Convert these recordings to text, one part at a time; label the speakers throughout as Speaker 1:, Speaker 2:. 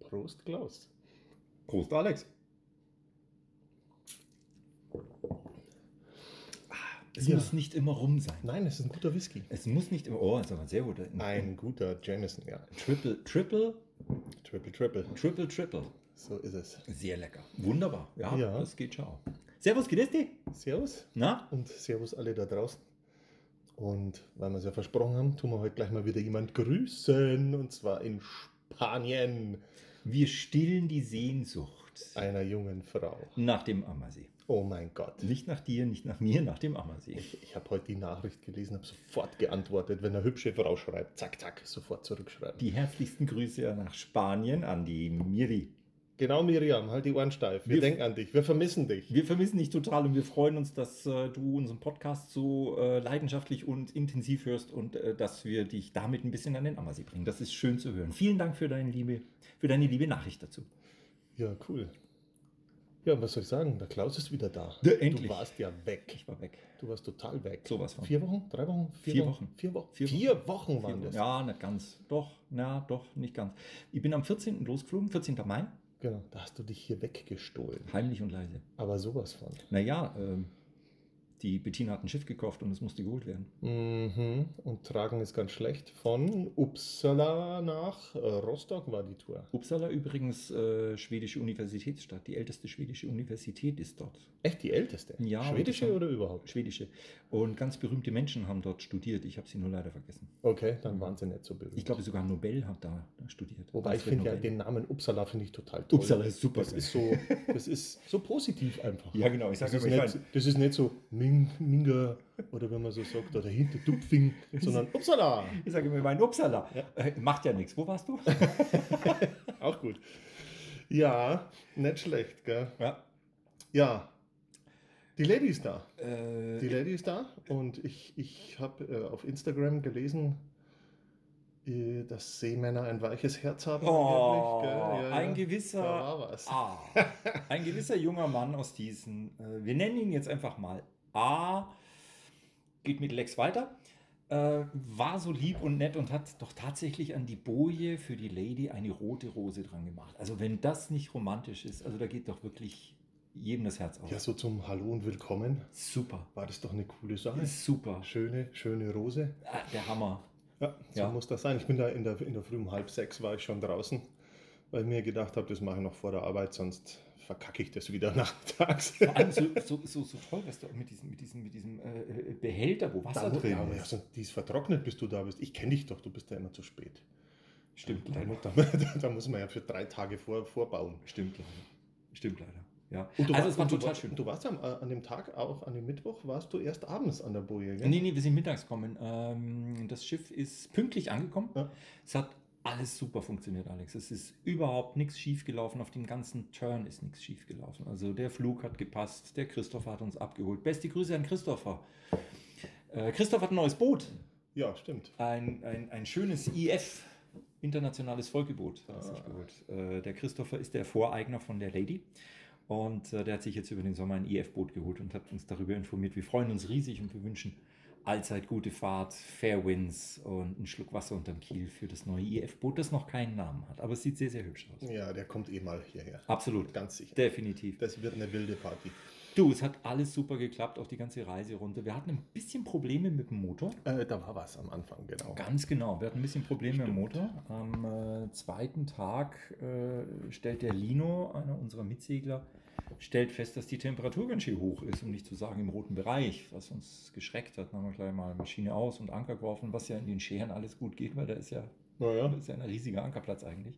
Speaker 1: Prost, Klaus.
Speaker 2: Prost, Alex. Es
Speaker 1: Ja.
Speaker 2: muss nicht immer rum sein.
Speaker 1: Nein, es ist ein guter Whisky.
Speaker 2: Es muss nicht immer. Oh, das ist aber sehr gut. Ein
Speaker 1: Ein guter Jameson, ja.
Speaker 2: Triple, Triple,
Speaker 1: Triple, triple.
Speaker 2: Triple, Triple.
Speaker 1: So ist es.
Speaker 2: Sehr lecker. Wunderbar. Ja,
Speaker 1: Ja.
Speaker 2: das geht schon. auch. Servus, Gedesti.
Speaker 1: Servus
Speaker 2: Na?
Speaker 1: und Servus alle da draußen. Und weil wir es ja versprochen haben, tun wir heute gleich mal wieder jemand grüßen. Und zwar in Spanien.
Speaker 2: Wir stillen die Sehnsucht
Speaker 1: Einer jungen Frau.
Speaker 2: nach dem Ammersee.
Speaker 1: Oh mein Gott.
Speaker 2: Nicht nach dir, nicht nach mir, nach dem Ammersee.
Speaker 1: Ich, ich habe heute die Nachricht gelesen, habe sofort geantwortet. Wenn eine hübsche Frau schreibt, zack, zack, sofort zurückschreiben.
Speaker 2: Die herzlichsten Grüße nach Spanien an die Miri.
Speaker 1: genau, Miriam, halt die Ohren steif. Wir,
Speaker 2: Wir-
Speaker 1: denken an dich. Wir vermissen dich.
Speaker 2: Wir vermissen dich total und wir freuen uns, dass äh, du unseren Podcast so äh, leidenschaftlich und intensiv hörst und äh, dass wir dich damit ein bisschen an den Ammersee bringen. Das ist schön zu hören. Vielen Dank für deine liebe, für deine liebe Nachricht dazu.
Speaker 1: Ja, cool. Ja, was soll ich sagen? Der Klaus ist wieder da.
Speaker 2: Ja, endlich.
Speaker 1: Du warst ja weg.
Speaker 2: Ich war weg.
Speaker 1: Du warst total weg.
Speaker 2: Sowas von.
Speaker 1: Vier Wochen? Drei Wochen?
Speaker 2: Vier Wochen.
Speaker 1: Vier Wochen.
Speaker 2: Vier
Speaker 1: Vier, Wochen. waren
Speaker 2: Vier-
Speaker 1: das.
Speaker 2: Ja, nicht ganz. Doch, na, doch, nicht ganz. Ich bin am 14. losgeflogen, 14. Mai,
Speaker 1: Genau. Da hast du dich hier weggestohlen.
Speaker 2: heimlich und leise.
Speaker 1: Aber sowas von.
Speaker 2: Naja, ähm, die Bettina hat ein Schiff gekauft und es musste geholt werden.
Speaker 1: Mhm. Und tragen ist ganz schlecht. Von Uppsala nach äh, Rostock war die Tour.
Speaker 2: Uppsala übrigens äh, schwedische Universitätsstadt. Die älteste schwedische Universität ist dort.
Speaker 1: Echt die älteste?
Speaker 2: Ja,
Speaker 1: Schwedische
Speaker 2: und-
Speaker 1: oder überhaupt?
Speaker 2: Schwedische. Und ganz berühmte Menschen haben dort studiert. Ich habe sie nur leider vergessen.
Speaker 1: Okay, dann waren sie nicht so berühmt.
Speaker 2: Ich glaube, sogar Nobel hat da da studiert.
Speaker 1: Wobei ich
Speaker 2: Alfred
Speaker 1: finde ja
Speaker 2: Nobel.
Speaker 1: den Namen Uppsala finde ich total toll.
Speaker 2: Uppsala ist super
Speaker 1: Das
Speaker 2: geil.
Speaker 1: ist so, das ist so positiv einfach.
Speaker 2: Ja, genau. Ich
Speaker 1: Das
Speaker 2: sage
Speaker 1: ist,
Speaker 2: immer, ich
Speaker 1: nicht,
Speaker 2: mein,
Speaker 1: das ist nicht so Ming, Minger oder wenn man so sagt, oder Hinterdupfing, sondern Uppsala.
Speaker 2: ich sag immer, ich mein Uppsala.
Speaker 1: Ja.
Speaker 2: Äh, macht ja nichts. Wo warst du?
Speaker 1: Auch gut. Ja, nicht schlecht, gell?
Speaker 2: ja.
Speaker 1: Ja. Die Lady ist da.
Speaker 2: Äh,
Speaker 1: Die Lady ist da und ich, ich habe äh, auf Instagram gelesen, äh, dass Seemänner ein weiches Herz haben.
Speaker 2: oh,
Speaker 1: angeblich, gell? Ja, ja.
Speaker 2: ein
Speaker 1: Da
Speaker 2: gewisser.
Speaker 1: war was.
Speaker 2: A. Ah. Ein gewisser junger Mann aus diesen. Äh, wir nennen ihn jetzt einfach mal A. Geht mit Lex weiter. Äh, war so lieb und nett und hat doch tatsächlich an die Boje für die Lady eine rote Rose dran gemacht. Also, wenn das nicht romantisch ist, also da geht doch wirklich jedem das Herz auf.
Speaker 1: Ja, so zum Hallo und Willkommen.
Speaker 2: Super.
Speaker 1: War das doch eine coole Sache.
Speaker 2: Super.
Speaker 1: Schöne, schöne Rose.
Speaker 2: Ah, der Hammer.
Speaker 1: Ja, so
Speaker 2: Ja.
Speaker 1: muss das sein. Ich bin da in der, in der Früh um halb sechs war ich schon draußen, weil ich mir gedacht habe, das mache ich noch vor der Arbeit, sonst verkacke ich das wieder nachmittags.
Speaker 2: Vor allem so, so, so, so toll, was du mit diesem, mit diesem, mit diesem äh, äh, Behälter, wo Wasser
Speaker 1: Dann-
Speaker 2: drin
Speaker 1: ja, aber ja,
Speaker 2: ist.
Speaker 1: sonst- die ist vertrocknet, bis du da bist. Ich kenne dich doch, du bist ja immer zu spät.
Speaker 2: Stimmt,
Speaker 1: Da,
Speaker 2: leider.
Speaker 1: mu- da, da, da muss man ja für drei Tage vor, vorbauen.
Speaker 2: Stimmt leider. Stimmt leider. Ja.
Speaker 1: Und
Speaker 2: also
Speaker 1: du warst-
Speaker 2: es war
Speaker 1: und du,
Speaker 2: total
Speaker 1: warst-
Speaker 2: schön.
Speaker 1: und Du warst am, äh, an dem Tag auch, an dem Mittwoch, warst du erst abends an der Boje, gell?
Speaker 2: Nee, nee, wir sind mittags gekommen. Ähm, das Schiff ist pünktlich angekommen.
Speaker 1: Ja.
Speaker 2: Es hat alles super funktioniert, Alex. Es ist überhaupt nichts schiefgelaufen. Auf dem ganzen Turn ist nichts schiefgelaufen. Also der Flug hat gepasst, der Christopher hat uns abgeholt. Beste Grüße an Christopher. Äh, Christoph hat ein neues Boot.
Speaker 1: Ja, stimmt.
Speaker 2: Ein, ein, ein schönes IF, internationales Volkeboot, hat sich
Speaker 1: Ah.
Speaker 2: geholt. Äh, der Christopher ist der Voreigner von der Lady. Und äh, der hat sich jetzt über den Sommer ein IF-Boot geholt und hat uns darüber informiert. Wir freuen uns riesig und wir wünschen allzeit gute Fahrt, Fair Winds und einen Schluck Wasser unterm Kiel für das neue IF-Boot, das noch keinen Namen hat. Aber es sieht sehr, sehr hübsch aus.
Speaker 1: Ja, der kommt eh mal hierher.
Speaker 2: Absolut.
Speaker 1: Ganz sicher.
Speaker 2: Definitiv.
Speaker 1: Das wird eine wilde Party.
Speaker 2: Du, es hat alles super geklappt, auch die ganze Reise runter. Wir hatten ein bisschen Probleme mit dem Motor.
Speaker 1: Äh, da war was am Anfang, genau.
Speaker 2: Ganz genau. Wir hatten ein bisschen Probleme mit dem Motor. Am äh, zweiten Tag äh, stellt der Lino, einer unserer Mitsegler, stellt fest, dass die Temperatur ganz schön hoch ist, um nicht zu sagen im roten Bereich, was uns geschreckt hat. Dann haben wir gleich mal Maschine aus und Anker geworfen, was ja in den Scheren alles gut geht, weil da ist ja,
Speaker 1: Naja.
Speaker 2: das ist ja ein riesiger Ankerplatz eigentlich.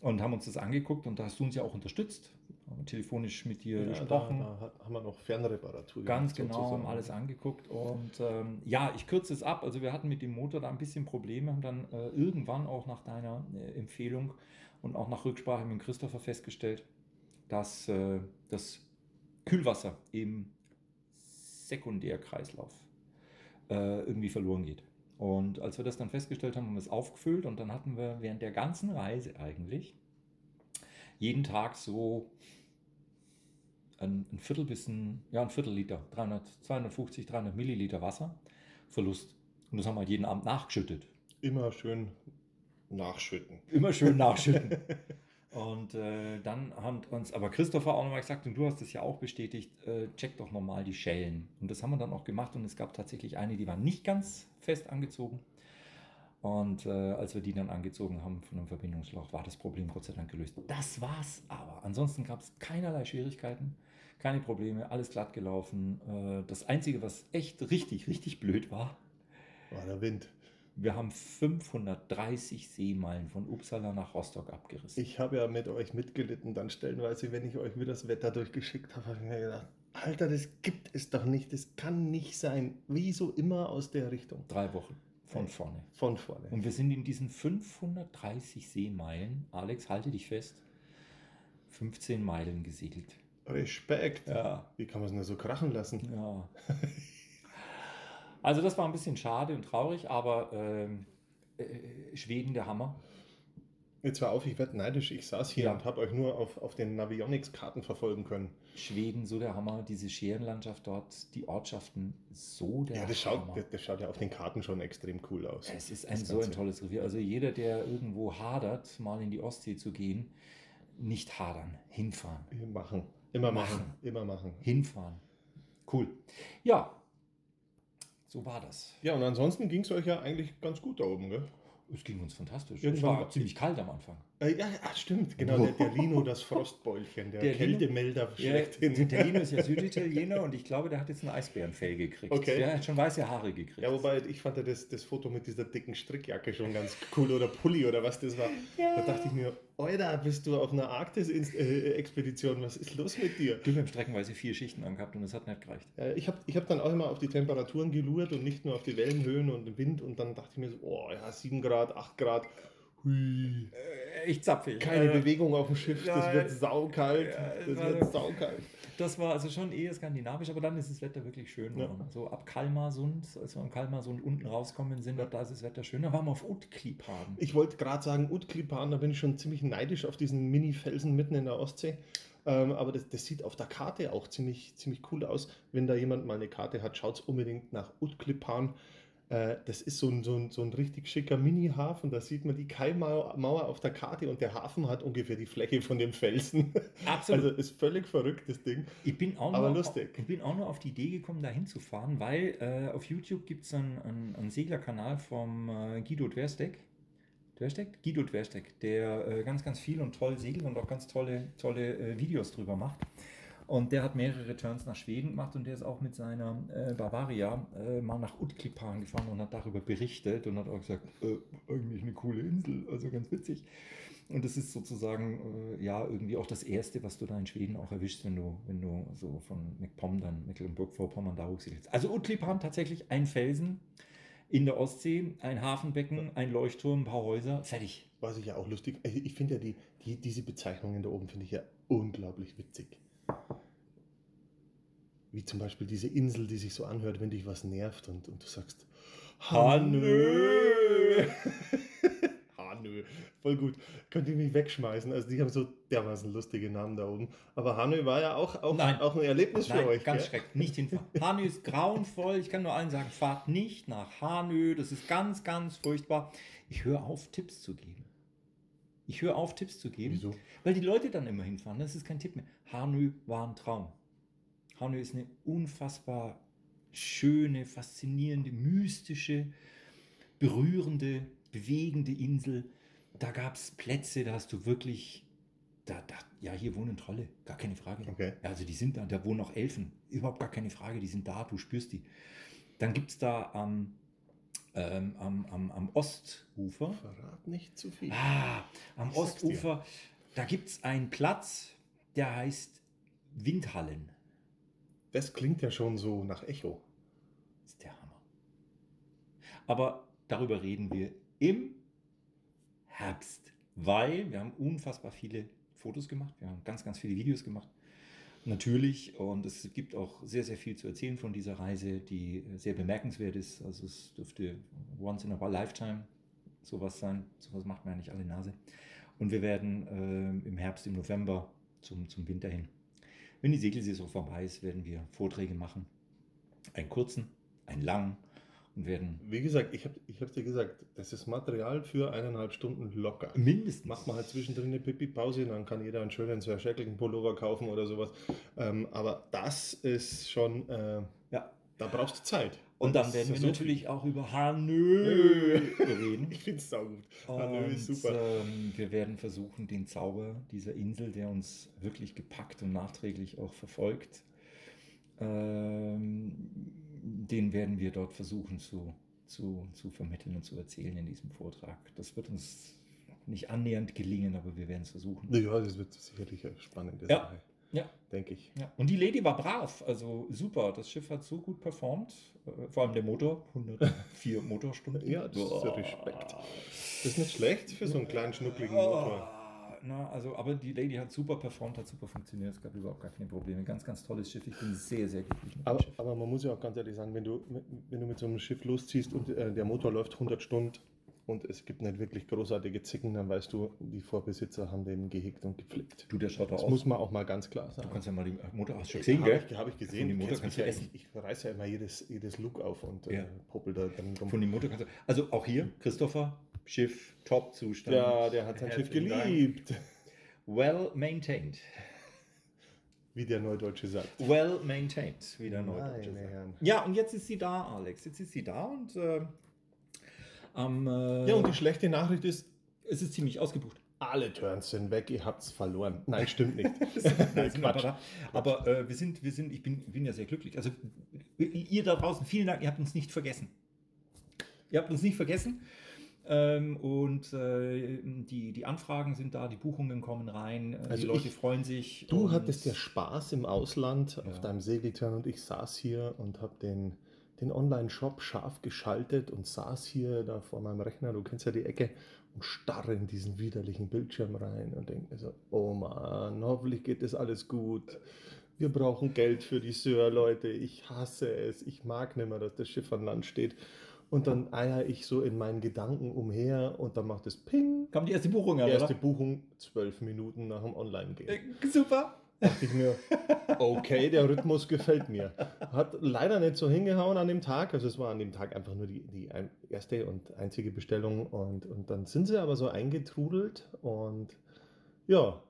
Speaker 2: und haben uns das angeguckt und da hast du uns ja auch unterstützt. Haben telefonisch mit dir gesprochen.
Speaker 1: Da, da hat, haben wir noch Fernreparatur
Speaker 2: Ganz
Speaker 1: gemacht,
Speaker 2: genau, haben
Speaker 1: sozusagen.
Speaker 2: alles angeguckt und ähm, ja, ich kürze es ab. Also wir hatten mit dem Motor da ein bisschen Probleme, haben dann äh, irgendwann auch nach deiner äh, Empfehlung und auch nach Rücksprache mit dem Christopher festgestellt, dass äh, das Kühlwasser im Sekundärkreislauf äh, irgendwie verloren geht. Und als wir das dann festgestellt haben, haben wir es aufgefüllt und dann hatten wir während der ganzen Reise eigentlich jeden Tag so ein, ein Viertel bis ein, ja, ein Viertel Liter, 300, 250, 300 Milliliter Wasserverlust. Und das haben wir halt jeden Abend nachgeschüttet.
Speaker 1: Immer schön nachschütten.
Speaker 2: Immer schön nachschütten. Und äh, dann hat uns aber Christopher auch nochmal gesagt, und du hast es ja auch bestätigt, äh, check doch nochmal die Schellen. Und das haben wir dann auch gemacht und es gab tatsächlich eine, die war nicht ganz fest angezogen. Und äh, als wir die dann angezogen haben von einem Verbindungsloch, war das Problem Gott sei Dank gelöst. Das war's aber. Ansonsten gab es keinerlei Schwierigkeiten, keine Probleme, alles glatt gelaufen. Äh, das Einzige, was echt richtig, richtig blöd war,
Speaker 1: War der Wind.
Speaker 2: wir haben 530 Seemeilen von Uppsala nach Rostock abgerissen.
Speaker 1: Ich habe ja mit euch mitgelitten, dann stellenweise, wenn ich euch mir das Wetter durchgeschickt habe, habe ich mir gedacht, Alter, das gibt es doch nicht, das kann nicht sein. Wieso immer aus der Richtung?
Speaker 2: Drei Wochen von
Speaker 1: Ey.
Speaker 2: vorne.
Speaker 1: Von vorne.
Speaker 2: Und wir sind in diesen 530 Seemeilen, Alex, halte dich fest, 15 Meilen gesegelt.
Speaker 1: Respekt.
Speaker 2: Ja.
Speaker 1: Wie kann man es nur so krachen lassen?
Speaker 2: ja. Also das war ein bisschen schade und traurig, aber ähm, äh, Schweden der Hammer.
Speaker 1: Jetzt hör auf, ich werde neidisch. Ich saß hier
Speaker 2: Ja.
Speaker 1: und habe euch nur auf, auf den Navionics-Karten verfolgen können.
Speaker 2: Schweden so der Hammer, diese Scherenlandschaft dort, die Ortschaften so der
Speaker 1: Ja, das,
Speaker 2: Hammer.
Speaker 1: schaut, das, das schaut ja auf den Karten schon extrem cool aus.
Speaker 2: Es ist ein
Speaker 1: Das
Speaker 2: so ein
Speaker 1: Ganze.
Speaker 2: tolles Revier. Also jeder, der irgendwo hadert, mal in die Ostsee zu gehen, nicht hadern, hinfahren.
Speaker 1: Machen. Immer machen.
Speaker 2: Machen.
Speaker 1: Immer machen.
Speaker 2: hinfahren. Cool. Ja, so war das.
Speaker 1: Ja, und ansonsten ging es euch ja eigentlich ganz gut da oben, gell?
Speaker 2: Es ging uns fantastisch. Es
Speaker 1: Irgendwann
Speaker 2: war
Speaker 1: war-
Speaker 2: ziemlich kalt am Anfang.
Speaker 1: Äh, ja, ach, stimmt, genau. Der, der Lino, das Frostbeulchen, der,
Speaker 2: Der Lino-
Speaker 1: Kältemelder
Speaker 2: Der
Speaker 1: schlechthin.
Speaker 2: Italiener ist ja Süditaliener und ich glaube, der hat jetzt einen Eisbärenfell gekriegt.
Speaker 1: Okay.
Speaker 2: Der hat schon weiße Haare gekriegt.
Speaker 1: Ja, wobei ich fand ja das, das Foto mit dieser dicken Strickjacke schon ganz cool oder Pulli oder was das war. Da dachte ich mir, Alter, bist du auf einer Arktis-Expedition? Was ist los mit dir?
Speaker 2: Du, wir haben streckenweise vier Schichten angehabt und es hat nicht gereicht.
Speaker 1: Äh, Ich habe ich hab dann auch immer auf die Temperaturen gelurrt und nicht nur auf die Wellenhöhen und den Wind. Und dann dachte ich mir so, oh ja, 7 Grad, 8 Grad. Hui.
Speaker 2: echt zapfig.
Speaker 1: Keine Bewegung auf dem Schiff, das
Speaker 2: Äh, ja,
Speaker 1: wird saukalt.
Speaker 2: ja,
Speaker 1: das
Speaker 2: war-
Speaker 1: wird saukalt.
Speaker 2: Das war also schon eher skandinavisch, aber dann ist das Wetter wirklich schön.
Speaker 1: Ja.
Speaker 2: geworden. So ab Kalmarsund, als wir am Kalmarsund unten rauskommen sind, ab da ist das Wetter schön. Da waren wir auf Utklipaden.
Speaker 1: Ich wollte gerade sagen, Utklipan, da bin ich schon ziemlich neidisch auf diesen Mini-Felsen mitten in der Ostsee. Ähm, aber das, das sieht auf der Karte auch ziemlich, ziemlich cool aus. Wenn da jemand mal eine Karte hat, schaut unbedingt nach Utklipan. Äh, das ist so ein, so ein, so ein richtig schicker Mini-Hafen. Da sieht man die Kaimauer Mauer auf der Karte und der Hafen hat ungefähr die Fläche von dem Felsen.
Speaker 2: Absolut.
Speaker 1: Also ist völlig verrückt, das Ding.
Speaker 2: Ich bin auch
Speaker 1: Aber
Speaker 2: nur,
Speaker 1: lustig.
Speaker 2: Ich bin auch nur auf die Idee gekommen, da hinzufahren, weil äh, auf YouTube gibt es einen, einen, einen Seglerkanal vom äh, Guido Dwerstek. Dwerstek? Guido Dwerstek, der äh, ganz, ganz viel und toll segelt und auch ganz tolle, tolle äh, Videos drüber macht. Und der hat mehrere Returns nach Schweden gemacht und der ist auch mit seiner äh, Bavaria äh, mal nach Utklipan gefahren und hat darüber berichtet und hat auch gesagt, äh, eigentlich eine coole Insel, also ganz witzig. Und das ist sozusagen äh, ja irgendwie auch das Erste, was du da in Schweden auch erwischst, wenn du, wenn du so von MacPom dann Mecklenburg-Vorpommern da hochsiedelst. Also Utlipan tatsächlich ein Felsen in der Ostsee, ein Hafenbecken, ein Leuchtturm, ein paar Häuser, fertig.
Speaker 1: Was ich ja auch lustig. also Ich ich finde ja die, die, diese Bezeichnungen da oben finde ich ja unglaublich witzig. Wie zum Beispiel diese Insel, die sich so anhört, wenn dich was nervt und, und du sagst Hanö. Hanö. Voll gut. Könnt ihr mich wegschmeißen. Also die haben so dermaßen lustige Namen da oben. Aber Hanö war ja auch, auch,
Speaker 2: Nein.
Speaker 1: auch ein Erlebnis
Speaker 2: Nein,
Speaker 1: für euch.
Speaker 2: ganz
Speaker 1: gell?
Speaker 2: schrecklich, nicht hinfahren. Hanö ist grauenvoll, ich kann nur allen sagen, fahrt nicht nach Hanö, das ist ganz, ganz furchtbar. Ich höre auf, Tipps zu geben. Ich höre auf, Tipps zu geben.
Speaker 1: Wieso?
Speaker 2: Weil die Leute dann immer hinfahren, das ist kein Tipp mehr. Hanö war ein Traum. Hanö ist eine unfassbar schöne, faszinierende, mystische, berührende, bewegende Insel. Da gab es Plätze, da hast du wirklich. Da, da, ja, hier wohnen Trolle, gar keine Frage.
Speaker 1: Okay.
Speaker 2: Ja, Also die sind da, da wohnen auch Elfen, überhaupt gar keine Frage, die sind da, du spürst die. Dann gibt es da am ähm, am, am, am Ostufer.
Speaker 1: Verrat nicht zu viel.
Speaker 2: Ah, am
Speaker 1: Ich sag's dir.
Speaker 2: Ostufer, da gibt es einen Platz, der heißt Windhallen.
Speaker 1: Das klingt ja schon so nach Echo.
Speaker 2: Das ist der Hammer. Aber darüber reden wir im Herbst, weil wir haben unfassbar viele Fotos gemacht, wir haben ganz, ganz viele Videos gemacht. Natürlich, und es gibt auch sehr, sehr viel zu erzählen von dieser Reise, die sehr bemerkenswert ist. Also es dürfte once in a lifetime sowas sein. Sowas macht man ja nicht alle Nase. Und wir werden ähm, im Herbst, im November zum, zum Winter hin, wenn die Segelsaison vorbei ist, werden wir Vorträge machen. Einen kurzen, einen langen und werden
Speaker 1: Wie gesagt, ich habe ich hab dir gesagt, das ist Material für eineinhalb Stunden locker.
Speaker 2: mindestens
Speaker 1: Mach mal halt zwischendrin eine Pipi-Pause, dann kann jeder einen schönen Zwerschäckling-Pullover kaufen oder sowas. Ähm, aber das ist schon, äh,
Speaker 2: Ja.
Speaker 1: da brauchst du Zeit.
Speaker 2: Und dann
Speaker 1: Das
Speaker 2: werden
Speaker 1: ist
Speaker 2: wir
Speaker 1: so
Speaker 2: natürlich
Speaker 1: viel.
Speaker 2: auch über Hanö reden.
Speaker 1: Ich finde es saugut. Hanö
Speaker 2: Und,
Speaker 1: ist super.
Speaker 2: Ähm, wir werden versuchen, den Zauber dieser Insel, der uns wirklich gepackt und nachträglich auch verfolgt, ähm, den werden wir dort versuchen zu, zu, zu vermitteln und zu erzählen in diesem Vortrag. Das wird uns nicht annähernd gelingen, aber wir werden es versuchen.
Speaker 1: Ja, das wird sicherlich eine spannende
Speaker 2: Ja.
Speaker 1: Sache,
Speaker 2: Ja.
Speaker 1: denke ich.
Speaker 2: Ja, und die Lady war brav, also super. Das Schiff hat so gut performt. Äh, Vor allem der Motor, 104 Motorstunden.
Speaker 1: Ja, das ist ja Respekt. Das ist nicht schlecht für so einen kleinen schnuckligen
Speaker 2: Oh.
Speaker 1: Motor.
Speaker 2: Na, also, aber die Lady hat super performt, hat super funktioniert. Es gab überhaupt gar keine Probleme. Ganz, ganz tolles Schiff. Ich bin sehr, sehr glücklich mit
Speaker 1: Aber,
Speaker 2: dem Schiff.
Speaker 1: aber man muss ja auch ganz ehrlich sagen, wenn du, wenn du mit so einem Schiff losziehst und äh, der Motor läuft 100 Stunden und es gibt nicht wirklich großartige Zicken, dann weißt du, die Vorbesitzer haben den gehegt und gepflegt.
Speaker 2: Du, der schaut da
Speaker 1: Das
Speaker 2: aus.
Speaker 1: muss man auch mal ganz klar
Speaker 2: du
Speaker 1: sagen.
Speaker 2: kannst ja mal den Motor hast du schon gesehen, gell?
Speaker 1: Habe ich, hab ich
Speaker 2: Von
Speaker 1: gesehen.
Speaker 2: dem Motor kannst
Speaker 1: Kennst mich
Speaker 2: du
Speaker 1: ja,
Speaker 2: essen.
Speaker 1: Ich, ich reiß ja immer jedes, jedes Look auf und
Speaker 2: Ja.
Speaker 1: äh, popel da dann rum.
Speaker 2: Von dem Motor kannst du. Also auch hier, Christopher, Schiff, Top-Zustand.
Speaker 1: ja, der hat sein Schiff
Speaker 2: Herzlichen Dank.
Speaker 1: geliebt,
Speaker 2: Well maintained.
Speaker 1: wie der Neudeutsche sagt.
Speaker 2: Well maintained, wieder neu.
Speaker 1: Meine
Speaker 2: Deutsche Sache.
Speaker 1: Herren.
Speaker 2: Ja, und jetzt ist sie da, Alex. Jetzt ist sie da und äh, am, äh,
Speaker 1: Ja, und die schlechte Nachricht ist,
Speaker 2: es ist ziemlich ausgebucht.
Speaker 1: alle Turns sind weg, ihr habt's verloren. Nein, stimmt nicht.
Speaker 2: Nein, sind aber da. aber äh, wir sind, wir sind, ich bin, bin ja sehr glücklich. Also ihr da draußen, vielen Dank, ihr habt uns nicht vergessen. Ihr habt uns nicht vergessen. Ähm, und äh, die, die Anfragen sind da, die Buchungen kommen rein, äh,
Speaker 1: Also
Speaker 2: die Leute
Speaker 1: ich-
Speaker 2: freuen sich.
Speaker 1: Du
Speaker 2: und-
Speaker 1: hattest ja Spaß im Ausland
Speaker 2: Ja.
Speaker 1: auf deinem Segeltörn und ich saß hier und habe den, den Online-Shop scharf geschaltet und saß hier da vor meinem Rechner, du kennst ja die Ecke, und starre in diesen widerlichen Bildschirm rein und denke mir so, oh Mann, hoffentlich geht das alles gut. Wir brauchen Geld für die Sör, Leute. Ich hasse es. Ich mag nicht mehr, dass das Schiff an Land steht. Und dann eier ich so in meinen Gedanken umher und dann macht es Ping.
Speaker 2: Kam die erste Buchung an,
Speaker 1: Erste Buchung zwölf Minuten nach dem Online-Game
Speaker 2: oder? Äh, super.
Speaker 1: dachte ich mir, okay, der Rhythmus gefällt mir. Hat leider nicht so hingehauen an dem Tag. Also es war an dem Tag einfach nur die, die ein- erste und einzige Bestellung. Und, und dann sind sie aber so eingetrudelt und ja,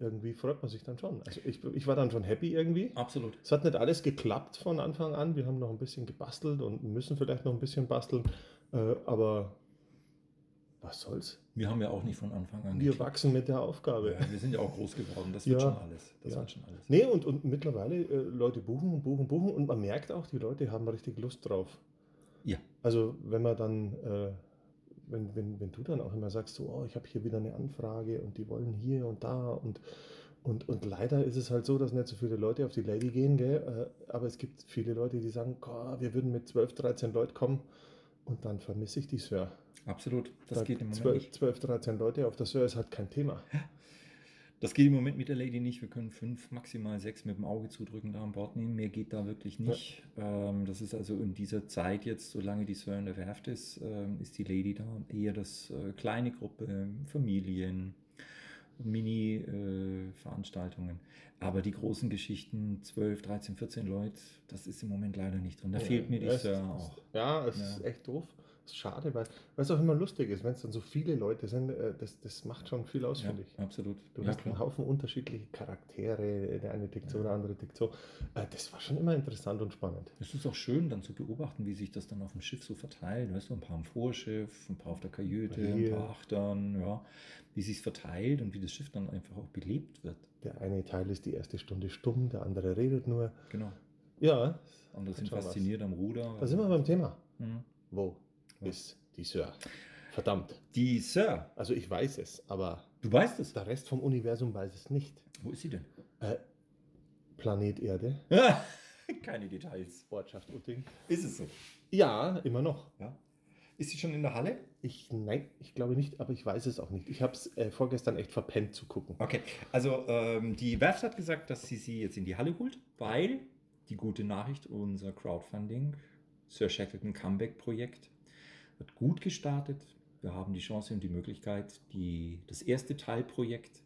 Speaker 1: irgendwie freut man sich dann schon. Also ich, ich war dann schon happy irgendwie.
Speaker 2: Absolut.
Speaker 1: Es hat nicht alles geklappt von Anfang an. Wir haben noch ein bisschen gebastelt und müssen vielleicht noch ein bisschen basteln. Äh, aber was soll's?
Speaker 2: Wir haben ja auch nicht von Anfang an
Speaker 1: Wir
Speaker 2: geklickt.
Speaker 1: wachsen mit der Aufgabe.
Speaker 2: Ja, wir sind ja auch groß geworden, das wird
Speaker 1: Ja.
Speaker 2: schon alles. Das
Speaker 1: Ja.
Speaker 2: wird schon alles.
Speaker 1: Nee, und, und mittlerweile äh, Leute buchen und buchen, buchen und man merkt auch, die Leute haben richtig Lust drauf.
Speaker 2: Ja.
Speaker 1: Also wenn man dann, äh, wenn, wenn, wenn du dann auch immer sagst, so, oh, ich habe hier wieder eine Anfrage und die wollen hier und da und, und, und leider ist es halt so, dass nicht so viele Leute auf die Lady gehen, gell? Äh, aber es gibt viele Leute, die sagen, "Gah, wir würden mit 12, 13 Leuten kommen und dann vermisse ich die Sir.
Speaker 2: Absolut. Das
Speaker 1: Da
Speaker 2: geht im Moment
Speaker 1: 12,
Speaker 2: nicht.
Speaker 1: 12, 13 Leute auf der Sir ist halt kein Thema.
Speaker 2: Das geht im Moment mit der Lady nicht. Wir können fünf, maximal sechs mit dem Auge zudrücken da an Bord nehmen. Mehr geht da wirklich nicht. Ähm, das ist also in dieser Zeit jetzt, solange die Sir in der Werft ist, ähm, ist die Lady da. Eher das äh, kleine Gruppe, Familien, Mini-Veranstaltungen. Aber die großen Geschichten, 12, 13, 14 Leute, das ist im Moment leider nicht drin. Da fehlt mir die
Speaker 1: es,
Speaker 2: Sir auch.
Speaker 1: Ja, es
Speaker 2: Ja.
Speaker 1: ist echt doof. Es ist schade, weil weil es auch immer lustig ist, wenn es dann so viele Leute sind, äh, das, das macht schon viel aus,
Speaker 2: Ja,
Speaker 1: finde ich.
Speaker 2: absolut.
Speaker 1: Du
Speaker 2: ja,
Speaker 1: hast einen
Speaker 2: klar.
Speaker 1: Haufen unterschiedliche Charaktere, der eine tickt so, der andere tickt so. Äh, Das war schon immer interessant und spannend.
Speaker 2: Es ist auch schön, dann zu beobachten, wie sich das dann auf dem Schiff so verteilt. Weißt du, ein paar am Vorschiff, ein paar auf der Kajüte, ein
Speaker 1: Hier.
Speaker 2: paar achtern, ja. Wie sich verteilt und wie das Schiff dann einfach auch belebt wird.
Speaker 1: Der eine Teil ist die erste Stunde stumm, der andere redet nur.
Speaker 2: Genau.
Speaker 1: Ja,
Speaker 2: Andere
Speaker 1: Hat
Speaker 2: sind
Speaker 1: schon was.
Speaker 2: fasziniert am Ruder.
Speaker 1: da sind wir beim Thema.
Speaker 2: Mhm.
Speaker 1: Wo? ist die Sir. Verdammt.
Speaker 2: Die Sir,
Speaker 1: Also ich weiß es, aber
Speaker 2: du weißt es.
Speaker 1: der Rest vom Universum weiß es nicht.
Speaker 2: Wo ist sie denn?
Speaker 1: Äh, Planet Erde,
Speaker 2: Keine Details.
Speaker 1: Ortschaft Utting.
Speaker 2: Ist es so?
Speaker 1: Ja, immer noch.
Speaker 2: Ist sie schon in der Halle?
Speaker 1: Ich, nein, ich glaube nicht, aber ich weiß es auch nicht. Ich habe es äh, vorgestern echt verpennt zu gucken.
Speaker 2: Okay, also ähm, die Werft hat gesagt, dass sie sie jetzt in die Halle holt, weil die gute Nachricht, unser Crowdfunding, Sir Shackleton Comeback-Projekt, hat gut gestartet. Wir haben die Chance und die Möglichkeit, die, das erste Teilprojekt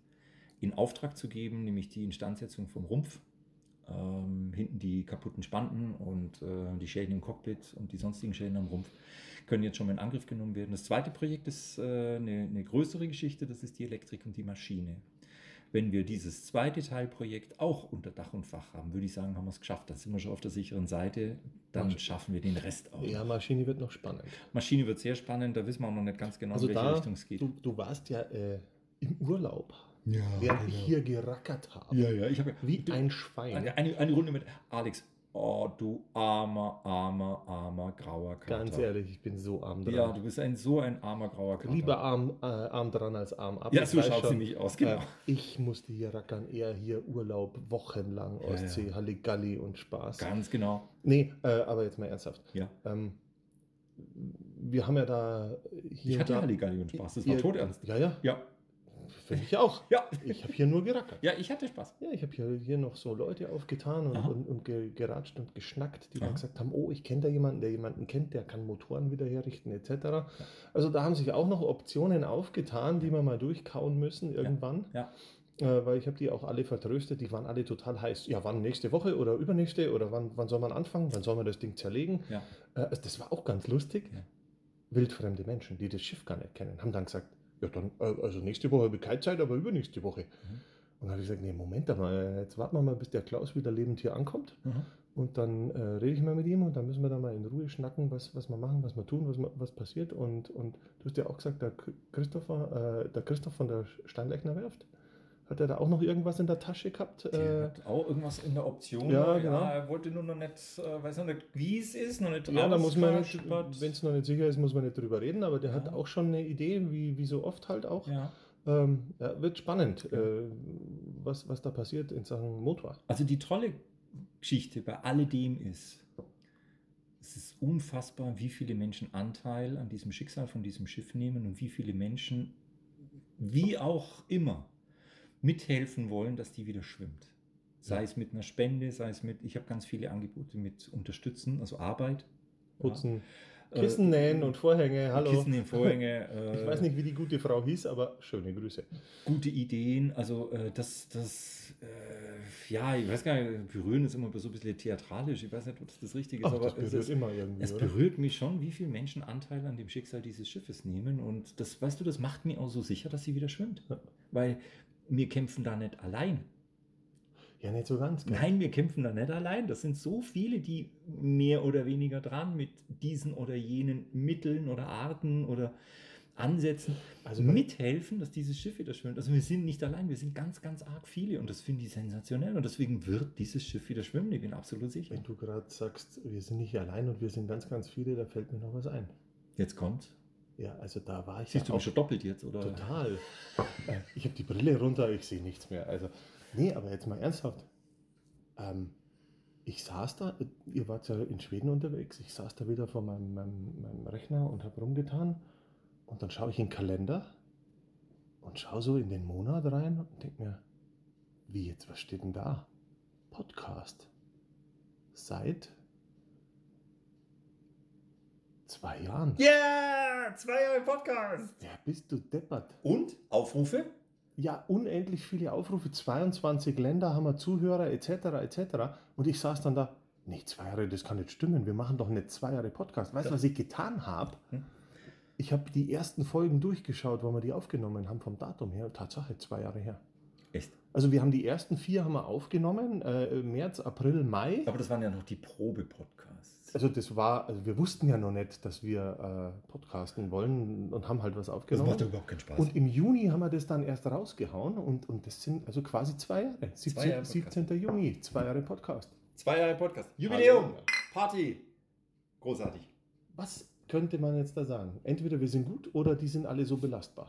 Speaker 2: in Auftrag zu geben, nämlich die Instandsetzung vom Rumpf. Ähm, hinten die kaputten Spanten und äh, die Schäden im Cockpit und die sonstigen Schäden am Rumpf können jetzt schon mal in Angriff genommen werden. Das zweite Projekt ist äh, eine, eine größere Geschichte, das ist die Elektrik und die Maschine. Wenn wir dieses zweite Teilprojekt auch unter Dach und Fach haben, würde ich sagen, haben wir es geschafft. Dann sind wir schon auf der sicheren Seite. Dann
Speaker 1: Masch-
Speaker 2: schaffen wir den Rest auch.
Speaker 1: Ja, Maschine wird noch spannend.
Speaker 2: Maschine wird sehr spannend, da wissen wir auch noch nicht ganz genau,
Speaker 1: Also
Speaker 2: in welche
Speaker 1: da,
Speaker 2: Richtung es geht.
Speaker 1: du, du warst ja äh, im Urlaub,
Speaker 2: ja, genau.
Speaker 1: während ich hier gerackert habe.
Speaker 2: ja, ja, ich habe
Speaker 1: Wie
Speaker 2: du-
Speaker 1: ein Schwein.
Speaker 2: eine, eine, eine Runde mit Alex. Oh, du armer, armer, armer grauer Kater.
Speaker 1: Ganz ehrlich, ich bin so arm dran.
Speaker 2: Ja, du bist ein so ein armer grauer Kater.
Speaker 1: Lieber arm, äh, arm dran als arm ab.
Speaker 2: Ja,
Speaker 1: Ich
Speaker 2: so
Speaker 1: weiß
Speaker 2: schaut sie
Speaker 1: schon,
Speaker 2: nämlich aus, genau.
Speaker 1: Äh, ich musste hier rackern, eher hier Urlaub, wochenlang
Speaker 2: Ja,
Speaker 1: Ostsee, Halligalli und Spaß.
Speaker 2: Ganz genau.
Speaker 1: Nee, äh, aber jetzt mal ernsthaft.
Speaker 2: Ja.
Speaker 1: Ähm, wir haben ja da hier
Speaker 2: Ich
Speaker 1: und
Speaker 2: hatte
Speaker 1: da,
Speaker 2: Halligalli und Spaß, das war
Speaker 1: Ihr-
Speaker 2: todernst.
Speaker 1: Ja, ja,
Speaker 2: Ja,
Speaker 1: für mich auch.
Speaker 2: ja,
Speaker 1: Ich habe hier nur gerackert.
Speaker 2: ja, ich hatte Spaß.
Speaker 1: Ja, ich habe hier, hier noch so Leute aufgetan und,
Speaker 2: Aha.
Speaker 1: und, und ge, geratscht und geschnackt, die
Speaker 2: Aha.
Speaker 1: dann gesagt haben, oh, ich kenne da jemanden, der jemanden kennt, der kann Motoren wieder herrichten etc. Also da haben sich auch noch Optionen aufgetan, die wir mal durchkauen müssen irgendwann.
Speaker 2: ja.
Speaker 1: Äh, weil ich habe die auch alle vertröstet, die waren alle total heiß. Ja, wann nächste Woche oder übernächste oder wann, wann soll man anfangen, wann soll man das Ding zerlegen?
Speaker 2: Ja.
Speaker 1: Äh, also das war auch ganz lustig.
Speaker 2: Ja.
Speaker 1: Wildfremde Menschen, die das Schiff gar nicht kennen, haben dann gesagt, ja dann, äh, also nächste Woche habe ich keine Zeit, aber übernächste Woche.
Speaker 2: Mhm.
Speaker 1: Und dann habe ich gesagt, nee, Moment mal, jetzt warten wir mal, bis der Klaus wieder lebend hier ankommt.
Speaker 2: Mhm.
Speaker 1: Und dann äh, rede ich mal mit ihm und dann müssen wir da mal in Ruhe schnacken, was, was wir machen, was wir tun, was, wir- was passiert. Und, und du hast ja auch gesagt, der K- Christopher, äh, der Christoph von der Steinleichner Werft, hat er da auch noch irgendwas in der Tasche gehabt?
Speaker 2: Der
Speaker 1: Äh,
Speaker 2: hat auch irgendwas in der Option.
Speaker 1: ja, genau.
Speaker 2: Er wollte nur noch nicht, äh, weiß noch nicht, wie es ist, noch nicht
Speaker 1: ja, da muss man,
Speaker 2: rausgeschnuppert.
Speaker 1: wenn es noch nicht sicher ist, muss man nicht drüber reden, aber der hat
Speaker 2: Ja.
Speaker 1: auch schon eine Idee, wie, wie so oft halt auch.
Speaker 2: Ja.
Speaker 1: Ähm, ja, wird spannend,
Speaker 2: Ja.
Speaker 1: äh, was, was da passiert in Sachen Motor.
Speaker 2: Also die tolle Geschichte bei alledem ist, es ist unfassbar, wie viele Menschen Anteil an diesem Schicksal von diesem Schiff nehmen und wie viele Menschen, wie auch immer, mithelfen wollen, dass die wieder schwimmt. Sei
Speaker 1: Ja.
Speaker 2: es mit einer Spende, sei es mit, ich habe ganz viele Angebote mit Unterstützen, also Arbeit.
Speaker 1: Putzen,
Speaker 2: Ja.
Speaker 1: Kissen nähen und Vorhänge, hallo.
Speaker 2: Äh, Kissen in Vorhänge.
Speaker 1: Ich
Speaker 2: äh,
Speaker 1: weiß nicht, wie die gute Frau hieß, aber schöne Grüße.
Speaker 2: gute Ideen. Also äh, das, das, äh, ja, ich weiß gar nicht, berühren ist immer so ein bisschen theatralisch. Ich weiß nicht, ob das das Richtige ist,
Speaker 1: Ach,
Speaker 2: aber
Speaker 1: das berührt
Speaker 2: es, ist,
Speaker 1: immer irgendwie,
Speaker 2: es
Speaker 1: oder?
Speaker 2: berührt mich schon, wie viele Menschen Anteil an dem Schicksal dieses Schiffes nehmen. Und das, weißt du, das macht mir auch so sicher, dass sie wieder schwimmt.
Speaker 1: Ja.
Speaker 2: Weil wir kämpfen da nicht allein.
Speaker 1: Ja, nicht so ganz. gell?
Speaker 2: Nein, wir kämpfen da nicht allein. Das sind so viele, die mehr oder weniger dran mit diesen oder jenen Mitteln oder Arten oder Ansätzen
Speaker 1: Also bei-
Speaker 2: mithelfen, dass dieses Schiff wieder schwimmt. Also wir sind nicht allein, wir sind ganz, ganz arg viele und das finde ich sensationell und deswegen wird dieses Schiff wieder schwimmen, ich bin absolut sicher.
Speaker 1: Wenn du gerade sagst, wir sind nicht allein und wir sind ganz, ganz viele, da fällt mir noch was ein.
Speaker 2: Jetzt kommt.
Speaker 1: Ja, also da war ich
Speaker 2: Siehst du
Speaker 1: ja
Speaker 2: mich schon doppelt jetzt, oder?
Speaker 1: total. Äh, ich habe die Brille runter, ich sehe nichts mehr. Also, nee, aber jetzt mal ernsthaft. Ähm, ich saß da, äh, ihr wart ja in Schweden unterwegs, ich saß da wieder vor meinem, meinem, meinem Rechner und habe rumgetan. Und dann schaue ich in den Kalender und schaue so in den Monat rein und denke mir, wie jetzt, was steht denn da? Podcast. Seit zwei Jahren.
Speaker 2: Yeah! Zwei Jahre Podcast!
Speaker 1: Wer bist du deppert?
Speaker 2: Und? Aufrufe?
Speaker 1: ja, unendlich viele Aufrufe, 22 Länder haben wir Zuhörer etc. etc. Und ich saß dann da, nee, zwei Jahre, das kann nicht stimmen, wir machen doch nicht zwei Jahre Podcast. Weißt du,
Speaker 2: Ja.
Speaker 1: was ich getan habe?
Speaker 2: Hm?
Speaker 1: Ich habe die ersten Folgen durchgeschaut, weil wir die aufgenommen haben vom Datum her. Tatsache, zwei Jahre her.
Speaker 2: Echt?
Speaker 1: Also wir haben die ersten vier haben wir aufgenommen, äh, März, April, Mai.
Speaker 2: Aber das waren ja noch die Probe-Podcasts.
Speaker 1: Also das war, also wir wussten ja noch nicht, dass wir äh, podcasten wollen und haben halt was
Speaker 2: das
Speaker 1: aufgenommen.
Speaker 2: macht doch überhaupt keinen Spaß.
Speaker 1: Und im Juni haben wir das dann erst rausgehauen und, und das sind also quasi zwei Jahre. 17,
Speaker 2: Jahre Podcast.
Speaker 1: 17. Juni, zwei Jahre Podcast.
Speaker 2: Zwei Jahre Podcast.
Speaker 1: Halleluja.
Speaker 2: Party! Großartig.
Speaker 1: Was? könnte man jetzt da sagen? Entweder wir sind gut oder die sind alle so belastbar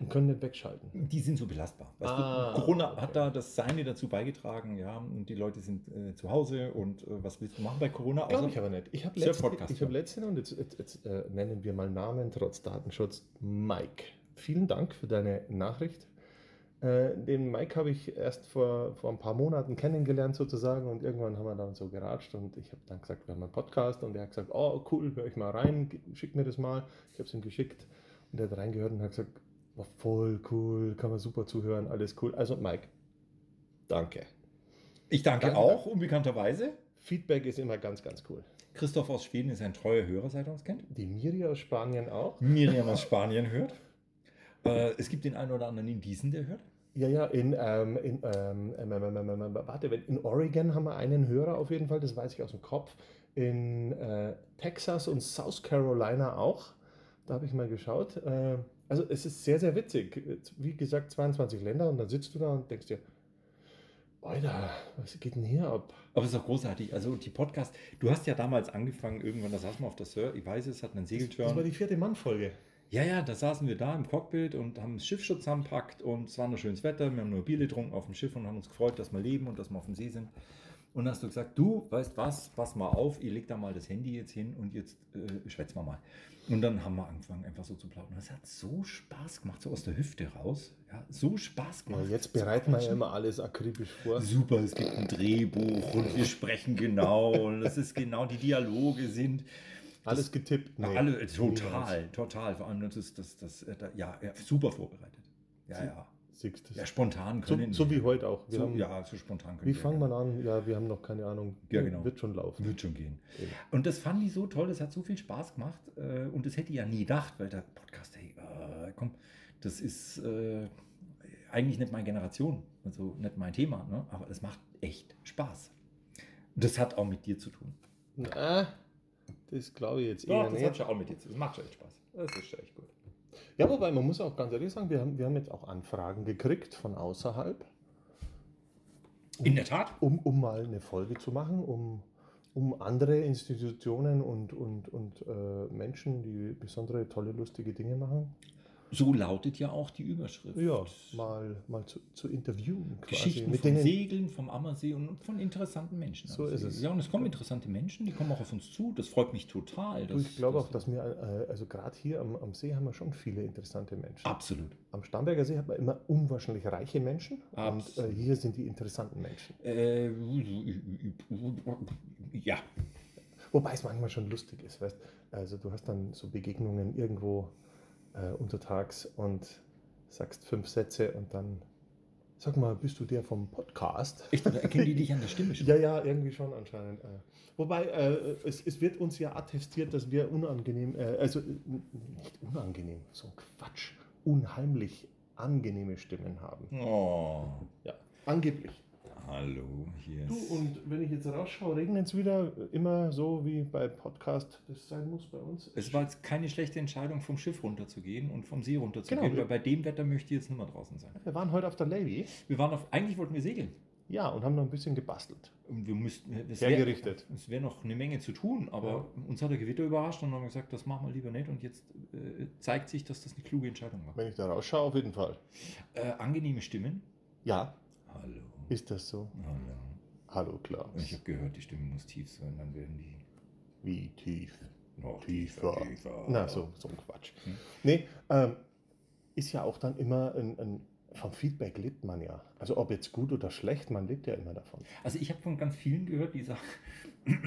Speaker 1: und können nicht wegschalten.
Speaker 2: Die sind so belastbar. Weißt
Speaker 1: Ah,
Speaker 2: du, Corona
Speaker 1: okay.
Speaker 2: hat da das Seine dazu beigetragen, ja. Und die Leute sind äh, zu Hause und äh, was willst du machen bei Corona?
Speaker 1: Glaube
Speaker 2: Außer-
Speaker 1: ich aber nicht. Ich habe
Speaker 2: Sehr
Speaker 1: letzte,
Speaker 2: Podcast.
Speaker 1: ich hab letzte und jetzt, jetzt, jetzt äh, nennen wir mal Namen trotz Datenschutz, Mike. Vielen Dank für deine Nachricht. Äh, den Mike habe ich erst vor, vor ein paar Monaten kennengelernt sozusagen und irgendwann haben wir dann so geratscht und ich habe dann gesagt, wir haben einen Podcast und er hat gesagt, oh cool, hör ich mal rein, ge- schick mir das mal. Ich habe es ihm geschickt und er hat reingehört und hat gesagt, war voll cool, kann man super zuhören, alles cool. Also Mike, danke.
Speaker 2: ich danke
Speaker 1: Danke.
Speaker 2: auch, unbekannterweise.
Speaker 1: Feedback ist immer ganz, ganz cool.
Speaker 2: Christoph aus Schweden ist ein treuer Hörer, seit er uns kennt.
Speaker 1: Die Miri aus Spanien auch.
Speaker 2: Miriam aus Spanien hört. Äh, es gibt den einen oder anderen in Diesen, der hört.
Speaker 1: Ja, ja, in, ähm, in ähm, ähm, ähm, ähm, ähm, warte, wenn- in Oregon haben wir einen Hörer auf jeden Fall, das weiß ich aus dem Kopf. In äh, Texas und South Carolina auch. Da habe ich mal geschaut. Äh, also es ist sehr, sehr witzig. Wie gesagt, 22 Länder und dann sitzt du da und denkst dir, Alter, was geht denn hier ab?
Speaker 2: Aber es ist auch großartig. Also die Podcast, du hast ja damals angefangen, irgendwann, da saßen wir auf der Sir, ich weiß es, hatten einen
Speaker 1: Das war
Speaker 2: Segeltörn.
Speaker 1: die vierte Mann-Folge.
Speaker 2: Ja, ja, da saßen wir da im Cockpit und haben das Schiff schon zusammenpackt und es war nur schönes Wetter. Wir haben nur Bier getrunken auf dem Schiff und haben uns gefreut, dass wir leben und dass wir auf dem See sind. Und dann hast du gesagt, du, weißt was, pass mal auf, ihr legt da mal das Handy jetzt hin und jetzt äh, schwätzen wir mal. Und dann haben wir angefangen, einfach so zu plaudern. Das hat so Spaß gemacht, so aus der Hüfte raus. Ja, so Spaß
Speaker 1: Ja,
Speaker 2: gemacht. zu
Speaker 1: jetzt bereiten wir ja
Speaker 2: quatschen.
Speaker 1: immer alles akribisch vor.
Speaker 2: Super, es gibt ein Drehbuch und wir sprechen genau und es ist genau, die Dialoge sind
Speaker 1: Alles getippt. Nee,
Speaker 2: alle total,
Speaker 1: niemals.
Speaker 2: total. Vor allem das ist das, das, äh, da, ja, ja, super vorbereitet. Ja, ja.
Speaker 1: Siehst du.
Speaker 2: Ja, spontan
Speaker 1: So,
Speaker 2: können.
Speaker 1: so
Speaker 2: wir.
Speaker 1: wie heute auch. Wir
Speaker 2: So,
Speaker 1: haben-
Speaker 2: ja, so spontan können.
Speaker 1: Wie
Speaker 2: wir.
Speaker 1: fangen wir an? Ja, wir haben noch keine Ahnung. Hm,
Speaker 2: Ja, genau.
Speaker 1: Wird schon laufen.
Speaker 2: Wird schon gehen.
Speaker 1: Eben.
Speaker 2: Und das fanden die so toll, das hat so viel Spaß gemacht. Äh, und das hätte ich ja nie gedacht, weil der Podcast, hey, äh, komm, das ist äh, eigentlich nicht meine Generation, also nicht mein Thema, ne? aber es macht echt Spaß. Das hat auch mit dir zu tun.
Speaker 1: Na, das glaube ich jetzt
Speaker 2: Ja,
Speaker 1: eher
Speaker 2: das
Speaker 1: nicht.
Speaker 2: hat schon auch mit dir zu tun. Das macht schon echt Spaß. Das ist schon echt gut.
Speaker 1: Ja, wobei man muss auch ganz ehrlich sagen, wir haben, wir haben jetzt auch Anfragen gekriegt von außerhalb,
Speaker 2: In der Tat.
Speaker 1: um, um mal eine Folge zu machen, um, um andere Institutionen und, und, und äh, Menschen, die besondere, tolle, lustige Dinge machen,
Speaker 2: So lautet ja auch die Überschrift.
Speaker 1: ja, mal, mal zu, zu interviewen. Quasi.
Speaker 2: Geschichten
Speaker 1: mit
Speaker 2: vom
Speaker 1: denen,
Speaker 2: Segeln, vom Ammersee und von interessanten Menschen.
Speaker 1: So
Speaker 2: am
Speaker 1: ist
Speaker 2: See.
Speaker 1: es.
Speaker 2: Ja, und es kommen interessante Menschen, die kommen auch auf uns zu. Das freut mich total.
Speaker 1: Du,
Speaker 2: dass-
Speaker 1: ich glaube auch, dass wir, äh, also gerade hier am, am See haben wir schon viele interessante Menschen.
Speaker 2: Absolut.
Speaker 1: Am Starnberger See hat man immer unwahrscheinlich reiche Menschen und äh,
Speaker 2: Absolut.
Speaker 1: hier sind die interessanten Menschen.
Speaker 2: Äh, ja,
Speaker 1: Wobei es manchmal schon lustig ist, weißt Also du hast dann so Begegnungen irgendwo äh, untertags und sagst fünf Sätze und dann sag mal, bist du der vom Podcast?
Speaker 2: echt, oder erkennen die dich an der Stimme schon?
Speaker 1: Ja, ja, irgendwie schon anscheinend. Äh. Wobei äh, es, es wird uns ja attestiert, dass wir unangenehm, äh, also äh, nicht unangenehm, so ein Quatsch, unheimlich angenehme Stimmen haben.
Speaker 2: Oh,
Speaker 1: Ja, angeblich.
Speaker 2: hallo, hier
Speaker 1: Du,
Speaker 2: ist...
Speaker 1: und wenn ich jetzt rausschaue, regnet es wieder immer so wie bei Podcast, das sein muss bei uns.
Speaker 2: Es war jetzt keine schlechte Entscheidung, vom Schiff runterzugehen und vom See runterzugehen,
Speaker 1: Genau.
Speaker 2: weil bei dem Wetter möchte ich jetzt nicht mehr draußen sein.
Speaker 1: Wir waren heute auf der Levy,
Speaker 2: Wir waren auf, eigentlich wollten wir segeln.
Speaker 1: ja, und haben noch ein bisschen gebastelt.
Speaker 2: Und wir müssten, es wäre
Speaker 1: Hergerichtet.
Speaker 2: es wär noch eine Menge zu tun, aber uns hat der Gewitter überrascht und haben wir gesagt, das machen wir lieber nicht. Und jetzt äh, zeigt sich, dass das eine kluge Entscheidung war.
Speaker 1: Wenn ich da rausschaue, auf jeden Fall.
Speaker 2: Äh, angenehme Stimmen.
Speaker 1: Ja,
Speaker 2: Hallo.
Speaker 1: ist das so?
Speaker 2: Hallo.
Speaker 1: Hallo,
Speaker 2: Ich
Speaker 1: Klaus.
Speaker 2: habe gehört, die Stimme muss tief sein, dann werden die
Speaker 1: Wie tief?
Speaker 2: noch tiefer.
Speaker 1: Tiefer.
Speaker 2: tiefer,
Speaker 1: Na, so, so ein Quatsch.
Speaker 2: Hm.
Speaker 1: Nee, ähm, ist ja auch dann immer ein, ein. Vom Feedback lebt man ja. Also, ob jetzt gut oder schlecht, man lebt ja immer davon.
Speaker 2: Also ich habe von ganz vielen gehört, die sagen,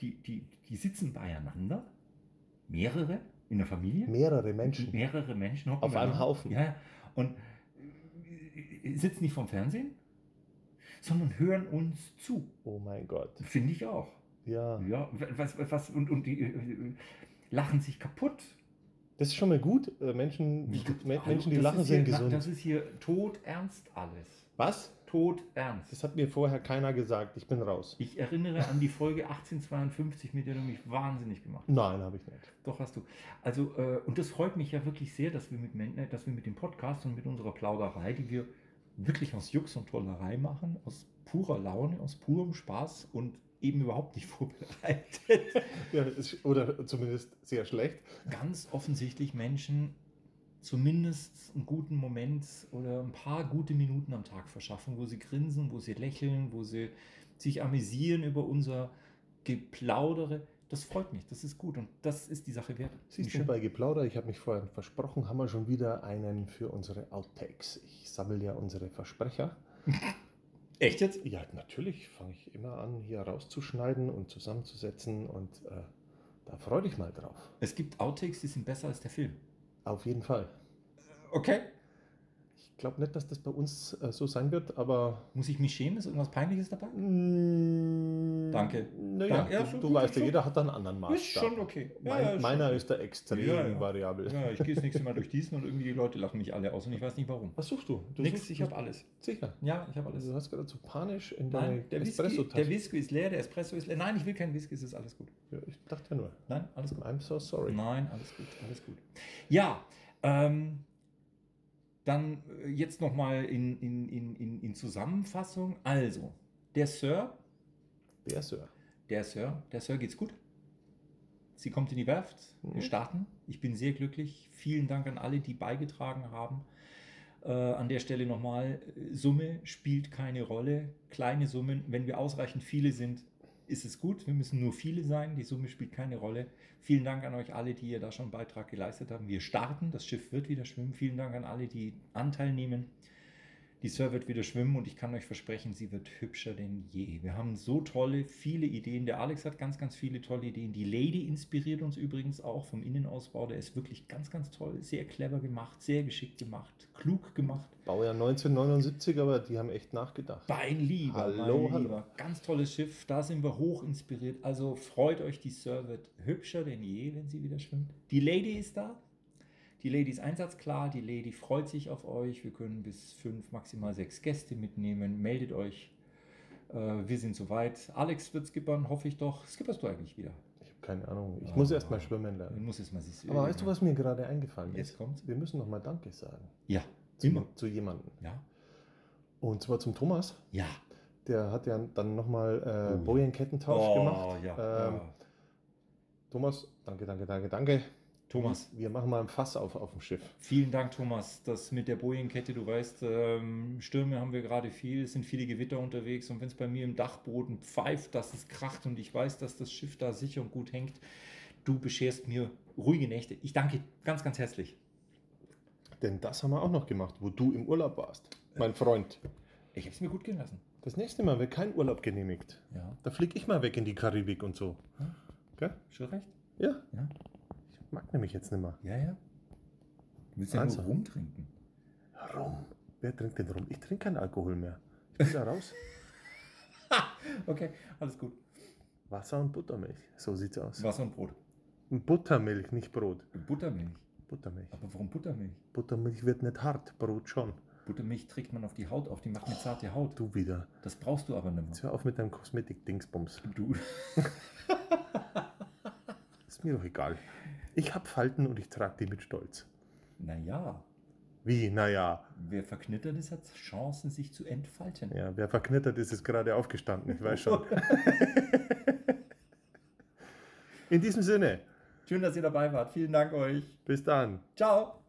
Speaker 2: die, die, die sitzen beieinander, mehrere in der Familie,
Speaker 1: Mehrere Menschen.
Speaker 2: mehrere Menschen hocken
Speaker 1: Auf einem
Speaker 2: beieinander.
Speaker 1: Haufen.
Speaker 2: Ja, ja. und äh, sitzen nicht vom Fernsehen, sondern hören uns zu.
Speaker 1: Oh mein Gott.
Speaker 2: Finde ich auch.
Speaker 1: Ja.
Speaker 2: Ja, was, was, und, und die äh, lachen sich kaputt.
Speaker 1: Das ist schon mal gut. Äh, Menschen,
Speaker 2: Wie-
Speaker 1: Me-
Speaker 2: Hallo,
Speaker 1: Menschen die
Speaker 2: das
Speaker 1: lachen,
Speaker 2: ist hier,
Speaker 1: sind gesund.
Speaker 2: Das ist hier tot ernst alles.
Speaker 1: Was?
Speaker 2: Tot ernst.
Speaker 1: Das hat mir vorher keiner gesagt. Ich bin raus.
Speaker 2: Ich erinnere an die Folge 1852, mit der du mich wahnsinnig gemacht hast.
Speaker 1: Nein, habe ich nicht.
Speaker 2: Doch hast du. Also, äh, und das freut mich ja wirklich sehr, dass wir, mit, Men- äh, dass wir mit dem Podcast und mit unserer Plauderei, die wir wirklich aus Jux und Tollerei machen, aus purer Laune, aus purem Spaß und eben überhaupt nicht vorbereitet.
Speaker 1: Ja, ist, oder zumindest sehr schlecht.
Speaker 2: Ganz offensichtlich Menschen zumindest einen guten Moment oder ein paar gute Minuten am Tag verschaffen, wo sie grinsen, wo sie lächeln, wo sie sich amüsieren über unser Geplaudere. Das freut mich, das ist gut und das ist die Sache wert.
Speaker 1: Siehst
Speaker 2: Finde
Speaker 1: du,
Speaker 2: ich
Speaker 1: bei Geplauder, ich habe mich vorhin versprochen, haben wir schon wieder einen für unsere Outtakes. Ich sammle ja unsere Versprecher.
Speaker 2: schön. Echt jetzt?
Speaker 1: Ja, natürlich fange ich immer an, hier rauszuschneiden und zusammenzusetzen und äh, da freue ich mal drauf.
Speaker 2: Es gibt Outtakes, die sind besser als der Film.
Speaker 1: Auf jeden Fall.
Speaker 2: Okay.
Speaker 1: Ich glaube nicht, dass das bei uns äh, so sein wird, aber.
Speaker 2: Muss ich mich schämen? Ist irgendwas Peinliches dabei? Danke.
Speaker 1: mm, Naja,
Speaker 2: Danke. Ja,
Speaker 1: du,
Speaker 2: schon
Speaker 1: du
Speaker 2: gut,
Speaker 1: weißt ja,
Speaker 2: schon.
Speaker 1: jeder hat einen anderen Maßstab.
Speaker 2: okay.
Speaker 1: Mein, meiner ist der extrem
Speaker 2: Ja, ja.
Speaker 1: variabel.
Speaker 2: Ja, ich gehe das nächste Mal durch diesen und irgendwie die Leute lachen mich alle aus und ich weiß nicht warum.
Speaker 1: Was suchst du? du
Speaker 2: Nix,
Speaker 1: suchst,
Speaker 2: ich habe alles.
Speaker 1: Sicher.
Speaker 2: Ja, ich habe alles.
Speaker 1: Du hast gerade so panisch in deine
Speaker 2: Nein, der Whisky, der
Speaker 1: Espresso-Tasse.
Speaker 2: Whisky ist leer, der Espresso ist leer. Nein, ich will keinen Whisky, es ist alles gut.
Speaker 1: Ja, Ich dachte ja nur.
Speaker 2: Nein, alles gut.
Speaker 1: I'm so sorry.
Speaker 2: Nein, alles gut, alles gut. Ja, ähm, dann äh, jetzt nochmal in, in, in, in, in Zusammenfassung. Also, der Sir,
Speaker 1: Der Sir.
Speaker 2: der Sir, der Sir geht's gut. Sie kommt in die Werft,
Speaker 1: Mhm.
Speaker 2: wir starten. Ich bin sehr glücklich. Vielen Dank an alle, die beigetragen haben. Äh, an der Stelle nochmal, äh, Summe spielt keine Rolle. Kleine Summen, wenn wir ausreichend viele sind, ist es gut. Wir müssen nur viele sein. Die Summe spielt keine Rolle. Vielen Dank an euch alle, die ihr da schon einen Beitrag geleistet haben. Wir starten, das Schiff wird wieder schwimmen. Vielen Dank an alle, die Anteil nehmen. Die Sir wird wieder schwimmen und ich kann euch versprechen, sie wird hübscher denn je. Wir haben so tolle, viele Ideen. Der Alex hat ganz, ganz viele tolle Ideen. Die Lady inspiriert uns übrigens auch vom Innenausbau. Der ist wirklich ganz, ganz toll. Sehr clever gemacht, sehr geschickt gemacht, klug gemacht.
Speaker 1: Baujahr 1979, aber die haben echt nachgedacht.
Speaker 2: Mein Lieber,
Speaker 1: Hallo,
Speaker 2: mein
Speaker 1: hallo.
Speaker 2: Lieber. Ganz tolles Schiff, da sind wir hoch inspiriert. Also freut euch, die Sir wird hübscher denn je, wenn sie wieder schwimmt. Die Lady ist da. Die Lady ist einsatzklar, die Lady freut sich auf euch. Wir können bis fünf, maximal sechs Gäste mitnehmen. Meldet euch. Äh, wir sind soweit. Alex wird skippern, hoffe ich doch. Skipperst du eigentlich wieder?
Speaker 1: Ich habe keine Ahnung. Ich
Speaker 2: Ah.
Speaker 1: muss erst mal schwimmen
Speaker 2: Du
Speaker 1: lernen.
Speaker 2: musst jetzt mal siehst
Speaker 1: Aber weißt du, was mir gerade eingefallen ist?
Speaker 2: Jetzt kommt's.
Speaker 1: Wir müssen noch mal Danke sagen.
Speaker 2: Ja,
Speaker 1: Zu,
Speaker 2: immer.
Speaker 1: zu jemandem.
Speaker 2: Ja,
Speaker 1: Und zwar zum Thomas.
Speaker 2: ja.
Speaker 1: Der hat ja dann nochmal äh,
Speaker 2: Oh, ja.
Speaker 1: Bojen-Kettentausch gemacht.
Speaker 2: ja,
Speaker 1: Ähm,
Speaker 2: ja.
Speaker 1: Thomas, danke, danke, danke, danke.
Speaker 2: Thomas.
Speaker 1: Wir machen mal ein Fass auf auf dem Schiff.
Speaker 2: Vielen Dank, Thomas. Das mit der Bojenkette, du weißt, ähm, Stürme haben wir gerade viel, es sind viele Gewitter unterwegs und wenn es bei mir im Dachboden pfeift, dass es kracht und ich weiß, dass das Schiff da sicher und gut hängt, du bescherst mir ruhige Nächte. Ich danke ganz, ganz herzlich.
Speaker 1: Denn das haben wir auch noch gemacht, wo du im Urlaub warst. Mein Freund.
Speaker 2: Ich habe es mir gut gehen lassen.
Speaker 1: Das nächste Mal wird kein Urlaub genehmigt.
Speaker 2: Ja,
Speaker 1: Da flieg ich mal weg in die Karibik und so.
Speaker 2: Ja.
Speaker 1: Gell?
Speaker 2: schon recht.
Speaker 1: Ja.
Speaker 2: Ja.
Speaker 1: Ich mag nämlich jetzt nicht mehr.
Speaker 2: Ja, ja. Du willst
Speaker 1: ja nur
Speaker 2: rumtrinken.
Speaker 1: Rum. Wer trinkt denn rum? Ich trinke keinen Alkohol mehr. Ich bin da raus.
Speaker 2: Okay, alles gut.
Speaker 1: Wasser und Buttermilch. So sieht's aus.
Speaker 2: Wasser und Brot.
Speaker 1: Buttermilch, nicht Brot.
Speaker 2: Buttermilch.
Speaker 1: Buttermilch.
Speaker 2: Aber warum Buttermilch?
Speaker 1: Buttermilch wird nicht hart, Brot schon.
Speaker 2: Buttermilch trägt man auf die Haut auf, die macht eine zarte Haut.
Speaker 1: Du wieder.
Speaker 2: Das brauchst du aber nicht
Speaker 1: Jetzt hör auf mit deinem Kosmetik-Dingsbums.
Speaker 2: mehr. Du.
Speaker 1: Ist mir doch egal. Ich hab Falten und ich trage die mit Stolz.
Speaker 2: Naja,
Speaker 1: Wie? Naja.
Speaker 2: Wer verknittert ist, hat Chancen, sich zu entfalten.
Speaker 1: Ja, wer verknittert ist, ist gerade aufgestanden. Ich weiß schon. In diesem Sinne,
Speaker 2: Schön, dass ihr dabei wart. Vielen Dank euch.
Speaker 1: bis dann.
Speaker 2: Ciao.